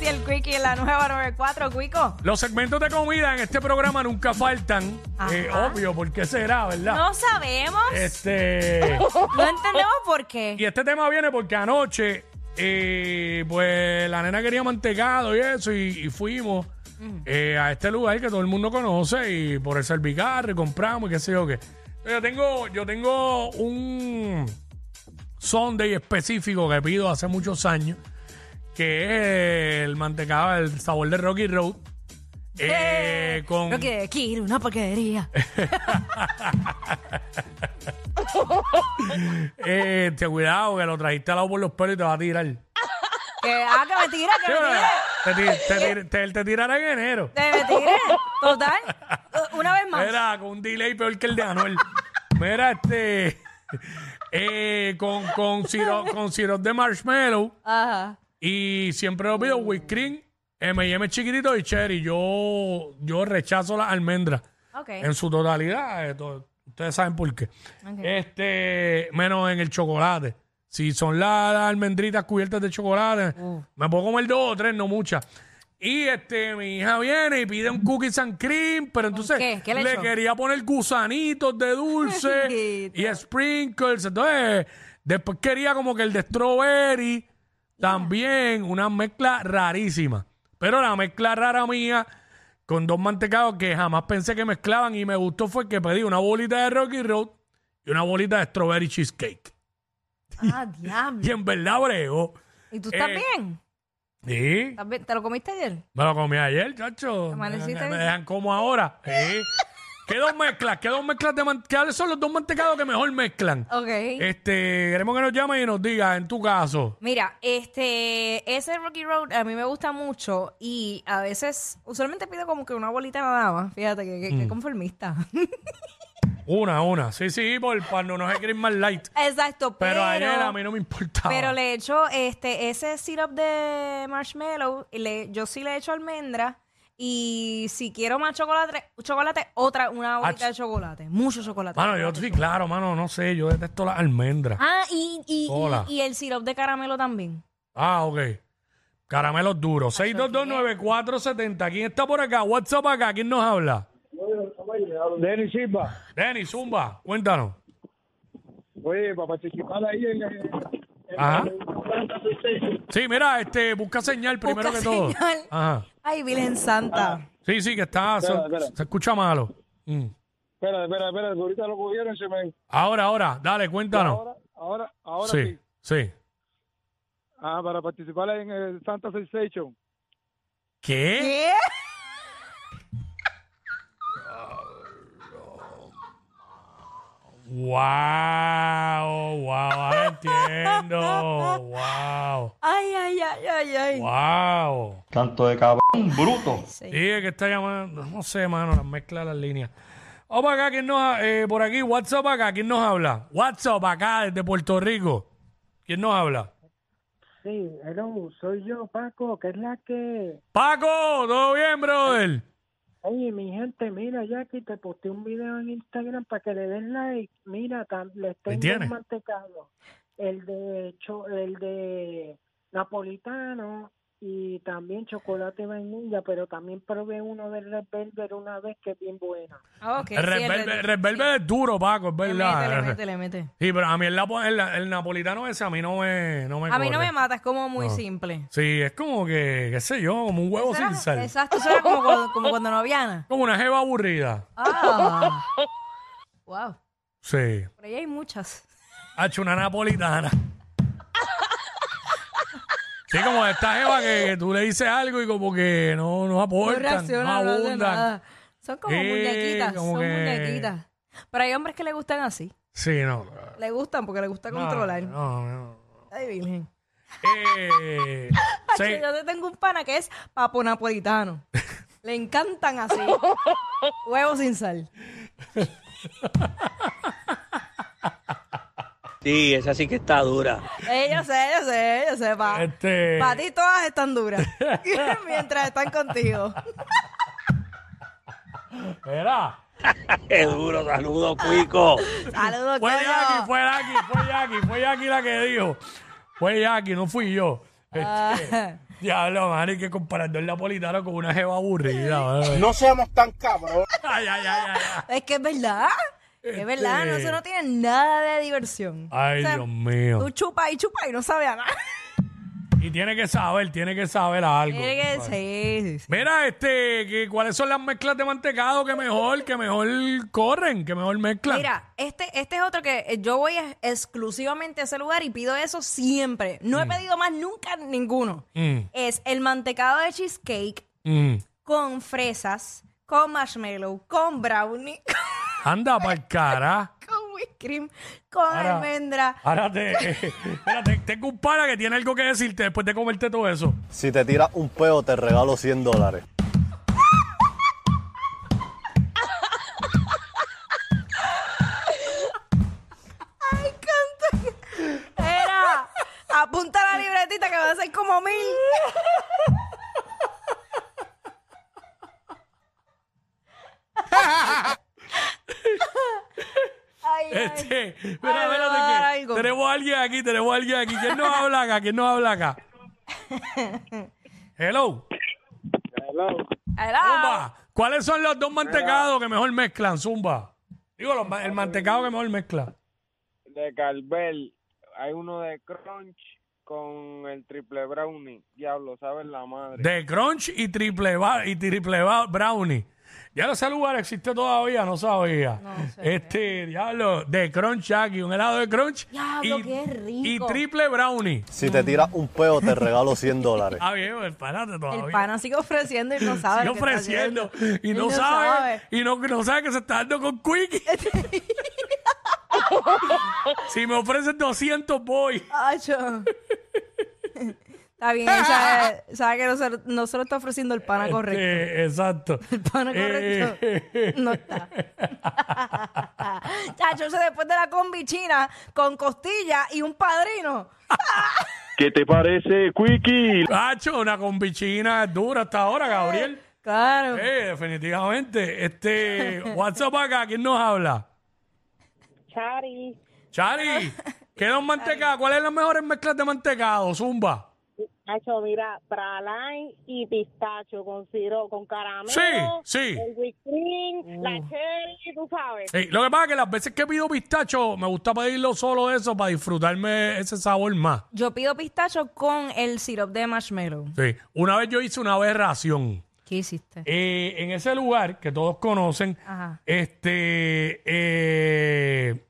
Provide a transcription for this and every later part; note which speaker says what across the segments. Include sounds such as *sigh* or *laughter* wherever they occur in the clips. Speaker 1: Y el Quickie en la nueva 94, Quico.
Speaker 2: Los segmentos de comida en este programa nunca faltan.
Speaker 1: Ajá.
Speaker 2: Eh, obvio, ¿por qué será, verdad?
Speaker 1: No sabemos.
Speaker 2: Este.
Speaker 1: No entendemos por
Speaker 2: y
Speaker 1: qué.
Speaker 2: este tema viene porque anoche, eh, pues la nena quería mantecado y eso, y, y fuimos
Speaker 1: Mm.
Speaker 2: eh, a este lugar que todo el mundo conoce y por el cervicarre compramos y qué sé yo qué. Yo tengo, yo tengo un Sunday específico que pido hace muchos años, que es el mantecado, el sabor de Rocky Road.
Speaker 1: *laughs*
Speaker 2: eh, con,
Speaker 1: Lo que quiero una porquería.
Speaker 2: Eh, te cuidado que lo trajiste al lado por los pelos y te va a tirar.
Speaker 1: que, ah, que me tira, que
Speaker 2: *laughs*
Speaker 1: me tire.
Speaker 2: Te, ti- te, tir- te, te tirará en enero.
Speaker 1: Que me tire.
Speaker 2: *laughs*
Speaker 1: Total. Eh, Una vez más.
Speaker 2: Mira, con un delay peor que el de Anuel. Mira, este. eh, con, con, siro- con sirope de marshmallow.
Speaker 1: Ajá.
Speaker 2: Y siempre lo pido whipped cream, MM chiquitito y cherry. Yo, yo rechazo las almendras
Speaker 1: Ok.
Speaker 2: en su totalidad. eh, to- ustedes saben por qué.
Speaker 1: Ok.
Speaker 2: Este, menos en el chocolate. Si son la- las almendritas cubiertas de chocolate, me puedo comer dos o tres, no muchas. Y este, mi hija viene y pide un cookies and cream, pero entonces
Speaker 1: qué? ¿Qué le echó?
Speaker 2: quería poner gusanitos de
Speaker 1: *laughs*
Speaker 2: dulce
Speaker 1: Bendito.
Speaker 2: y sprinkles. Entonces, después quería como que el de strawberry. También una mezcla rarísima. Pero la mezcla rara mía con dos mantecados que jamás pensé que mezclaban y me gustó fue que pedí una bolita de Rocky Road y una bolita de strawberry cheesecake.
Speaker 1: Ah, diablo.
Speaker 2: Y en verdad bregó.
Speaker 1: ¿Y tú estás
Speaker 2: Eh,
Speaker 1: bien?
Speaker 2: Sí,
Speaker 1: ¿Estás bien? ¿Te lo comiste ayer?
Speaker 2: me lo comí ayer, chacho. Me
Speaker 1: ¿Amaneciste
Speaker 2: dejan, me
Speaker 1: bien?
Speaker 2: dejan como ahora. Sí. ¿Qué dos mezclas? ¿Qué dos mezclas de mantecados? Son los dos mantecados que mejor mezclan.
Speaker 1: Ok.
Speaker 2: Este, queremos que nos llamen y nos diga, en tu caso.
Speaker 1: Mira, este, ese Rocky Road a mí me gusta mucho y a veces, usualmente pido como que una bolita nada más. Fíjate que, que-
Speaker 2: Mm.
Speaker 1: que conformista. *laughs*
Speaker 2: Una, una. Sí, sí, por para no nos escribir más light.
Speaker 1: Exacto, pero.
Speaker 2: Pero ayer a mí no me importaba.
Speaker 1: Pero le echo este, ese syrup de marshmallow, y le, yo sí le echo almendra. Y si quiero más chocolate, chocolate otra, una bolita
Speaker 2: Ach.
Speaker 1: de chocolate. Mucho chocolate.
Speaker 2: Mano, yo sí, claro, mano, no sé, yo detesto las almendras. Ah,
Speaker 1: Ah, y, y, y-
Speaker 2: Sola.
Speaker 1: y el syrup de caramelo también.
Speaker 2: Ah, ok. Caramelos duros. 6229470. ¿Quién está por acá? WhatsApp acá. ¿Quién nos habla?
Speaker 3: Denis Silva.
Speaker 2: Denis, Zumba, cuéntanos.
Speaker 3: Oye, para participar ahí en... en-
Speaker 2: Ajá.
Speaker 3: en-
Speaker 2: Sí, mira, este, busca señal primero
Speaker 1: Busca
Speaker 2: que todo.
Speaker 1: señal.
Speaker 2: Ajá.
Speaker 1: Ay, Virgen Santa.
Speaker 2: Sí, sí, que está, se,
Speaker 3: Espera, espera.
Speaker 2: se escucha malo. Mm.
Speaker 3: Espera, espera, espera, que ahorita lo cogieron, se me...
Speaker 2: Ahora, ahora, dale, cuéntanos.
Speaker 3: Ahora, ahora, ahora sí.
Speaker 2: Ah. Sí, sí.
Speaker 3: Ah, para participar en el Santa Sensation.
Speaker 2: ¿Qué?
Speaker 1: ¿Qué?
Speaker 2: Wow, wow, ahora entiendo. Wow,
Speaker 1: Ay, ay, ay, ay, ay.
Speaker 2: wow.
Speaker 4: Tanto de cabrón bruto.
Speaker 1: Sí.
Speaker 2: Sí, es que está llamando. No sé, mano, las mezclas las líneas. O para acá, ¿quién nos ha- eh, Por aquí, WhatsApp acá, ¿quién nos habla? WhatsApp acá, desde Puerto Rico. ¿Quién nos habla?
Speaker 5: Sí, hello, soy yo, Paco, que es la que...
Speaker 2: Paco, ¿todo bien, brother?
Speaker 5: Oye, mi gente, mira, Jackie, te posté un video en Instagram para que le den like. Mira, tam- les
Speaker 2: Ahí
Speaker 5: tengo
Speaker 2: tiene.
Speaker 5: un mantecado. El de, cho- el de napolitano y también chocolate y vainilla, pero también probé uno de Red Velvet una vez que es bien bueno.
Speaker 1: Ah, ok, sí,
Speaker 2: el
Speaker 1: el
Speaker 2: Red Velvet-
Speaker 1: Red-
Speaker 2: Red Velvet es duro, Paco,
Speaker 1: Le
Speaker 2: es verdad.
Speaker 1: mete, le mete, le mete.
Speaker 2: Sí, pero a mí el, lapo- el- el napolitano ese a mí no me, no me
Speaker 1: A mí no
Speaker 2: corre.
Speaker 1: me mata, es como
Speaker 2: Ah.
Speaker 1: muy simple.
Speaker 2: Sí, es como que, qué sé yo, como un huevo sin
Speaker 1: Exacto,
Speaker 2: sal.
Speaker 1: Exacto, eso era como cuando, como cuando no había nada.
Speaker 2: Como una jeva aburrida. *laughs*
Speaker 1: Ah. wow.
Speaker 2: Sí.
Speaker 1: Por ahí hay muchas. *laughs*
Speaker 2: Ha hecho una napolitana. Sí, como esta jeva que, que tú le dices algo y como que no, no
Speaker 1: No
Speaker 2: aportan, no,
Speaker 1: reaccionan, no hacen
Speaker 2: abundan.
Speaker 1: nada. Son como
Speaker 2: Eh,
Speaker 1: muñequitas,
Speaker 2: como
Speaker 1: son
Speaker 2: que-
Speaker 1: muñequitas. Pero hay hombres que le gustan así.
Speaker 2: Sí, no.
Speaker 1: Le gustan porque le gusta
Speaker 2: No,
Speaker 1: controlar.
Speaker 2: No, no.
Speaker 1: Ay, virgen. *laughs*
Speaker 2: Eh, se-
Speaker 1: Yo te tengo un pana que es papo napolitano.
Speaker 2: *laughs*
Speaker 1: Le encantan así. Huevo sin sal.
Speaker 6: Sí, esa sí que está dura.
Speaker 1: Eh, yo sé, yo sé, yo sé, pa.
Speaker 2: Este-
Speaker 1: Pa' ti todas están
Speaker 2: *laughs*
Speaker 1: duras. *laughs* Mientras están contigo.
Speaker 2: Mira.
Speaker 6: Qué duro, saludos, Cuico.
Speaker 1: Saludos,
Speaker 2: Fue
Speaker 1: coño.
Speaker 2: Jackie, fue Jackie, fue Jackie, fue Jackie la que dijo. Fue Jackie, no fui yo. Este,
Speaker 1: Ah.
Speaker 2: Diablo, man, hay que comparando el napolitano con una jeva aburrida. No seamos tan cabros. Ay, ay, ay, ay,
Speaker 1: *laughs*
Speaker 2: ay.
Speaker 1: Es que es verdad.
Speaker 2: Este- Ah,
Speaker 1: Es verdad, no, eso no tiene nada de diversión.
Speaker 2: Ay,
Speaker 1: O sea,
Speaker 2: Dios mío.
Speaker 1: Tú chupas y chupas y no sabes a nada.
Speaker 2: Y tiene que saber, tiene que saber algo.
Speaker 1: Tiene que- sí, sí, sí.
Speaker 2: Mira, este, que, ¿cuáles son las mezclas de mantecado que mejor, que mejor corren, que mejor mezclan?
Speaker 1: Mira, este, este es otro que eh, yo voy a- exclusivamente a ese lugar y pido eso siempre. No he pedido más nunca ninguno.
Speaker 2: Mm,
Speaker 1: Es el mantecado de cheesecake
Speaker 2: mm.
Speaker 1: con fresas, con marshmallow, con brownie, *laughs*
Speaker 2: Anda para cara.
Speaker 1: con whipped cream, con
Speaker 2: Ahora-
Speaker 1: almendra.
Speaker 2: Ahora te, *laughs* espérate, tengo un pana que tiene algo que decirte después de comerte todo eso.
Speaker 7: Si te tiras un peo, te regalo 100 dólares.
Speaker 1: Era, apunta la libretita que va a ser como mil. Ay, ay.
Speaker 2: Este, mira,
Speaker 1: Ay, me va a
Speaker 2: espérate
Speaker 1: dar
Speaker 2: que
Speaker 1: algo.
Speaker 2: tenemos a alguien aquí, tenemos a alguien aquí. ¿Quién nos habla acá? ¿Quién nos
Speaker 1: *laughs*
Speaker 2: habla acá? Hello.
Speaker 1: Hello.
Speaker 2: Zumba. ¿Cuáles son los dos mantecados que mejor mezclan, Zumba? Digo, los ma- el mantecado que mejor mezcla.
Speaker 3: De Calbel, hay uno de Crunch con el triple brownie. Diablo, sabes la madre.
Speaker 2: De crunch y triple, ba- y triple ba- brownie. Ya ese lugar existe todavía, no sabía. este, diablo, de crunch aquí, un helado de crunch.
Speaker 1: Diablo, qué
Speaker 2: y
Speaker 1: rico.
Speaker 2: triple brownie.
Speaker 7: Si te tiras un peo, te regalo 100 dólares.
Speaker 2: Ah, bien, espérate todavía.
Speaker 1: El pana sigue ofreciendo y no sabe.
Speaker 2: Sigue
Speaker 1: lo que está
Speaker 2: ofreciendo
Speaker 1: haciendo.
Speaker 2: y
Speaker 1: Él
Speaker 2: no, sabe, y no, no sabe que se está dando con Quickie.
Speaker 1: *laughs*
Speaker 2: si me ofrecen 200 voy.
Speaker 1: Ay, yo- Está bien, él sabe, sabe que no se, no se lo está ofreciendo el pana correcto.
Speaker 2: Eh, exacto.
Speaker 1: *laughs* El pana correcto
Speaker 2: Eh,
Speaker 1: no está. Chacho, ese después de la combi china con costilla y un padrino.
Speaker 4: ¿Qué te parece, Quickie?
Speaker 2: *laughs* Hacho, una combichina dura hasta ahora, Gabriel.
Speaker 1: Claro.
Speaker 2: Eh, definitivamente. Este, WhatsApp acá, ¿quién nos habla?
Speaker 8: Chari,
Speaker 2: Chari,
Speaker 1: *laughs*
Speaker 2: ¿qué nos manteca? ¿Cuáles son las mejores mezclas de mantecado, Zumba?
Speaker 8: ha hecho, mira, praline y pistacho con siro, con caramelo.
Speaker 2: Sí, sí.
Speaker 8: El whipped cream,
Speaker 5: Mm.
Speaker 8: la cherry, tú sabes.
Speaker 2: Sí, lo que pasa es que las veces que pido pistacho, me gusta pedirlo solo eso para disfrutarme ese sabor más.
Speaker 1: Yo pido pistacho con el sirope de marshmallow.
Speaker 2: Sí. Una vez yo hice una aberración.
Speaker 1: ¿Qué hiciste?
Speaker 2: Eh, en ese lugar que todos conocen,
Speaker 1: Ajá.
Speaker 2: este eh,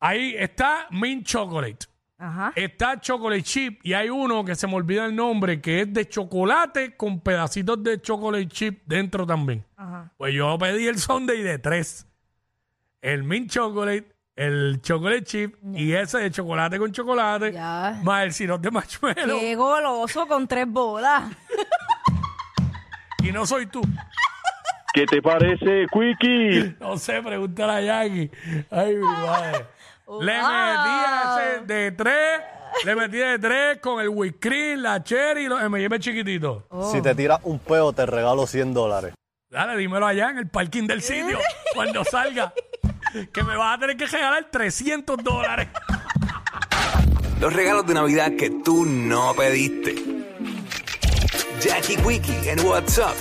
Speaker 2: ahí está Mint Chocolate.
Speaker 1: Ajá.
Speaker 2: Está Chocolate Chip y hay uno que se me olvida el nombre que es de chocolate con pedacitos de chocolate chip dentro también.
Speaker 1: Ajá.
Speaker 2: Pues yo pedí el Sunday de tres. El mint chocolate, el chocolate chip y ese de chocolate con chocolate,
Speaker 1: Ya.
Speaker 2: más el sirope de marshmallow.
Speaker 1: Qué goloso con tres bolas.
Speaker 2: Y no soy tú.
Speaker 4: ¿Qué te parece, Quickie?
Speaker 2: No sé, pregúntale a Jackie. Ay, mi madre. Le metí a ese de tres, le metí de tres con el whipped cream, la cherry y los M&M chiquititos.
Speaker 7: Si te tiras un peo, te regalo 100 dólares.
Speaker 2: Dale, dímelo allá en el parking del sitio cuando salga. Que me vas a tener que regalar 300 dólares.
Speaker 9: Los regalos de Navidad que tú no pediste. Jackie Quickie en WhatsApp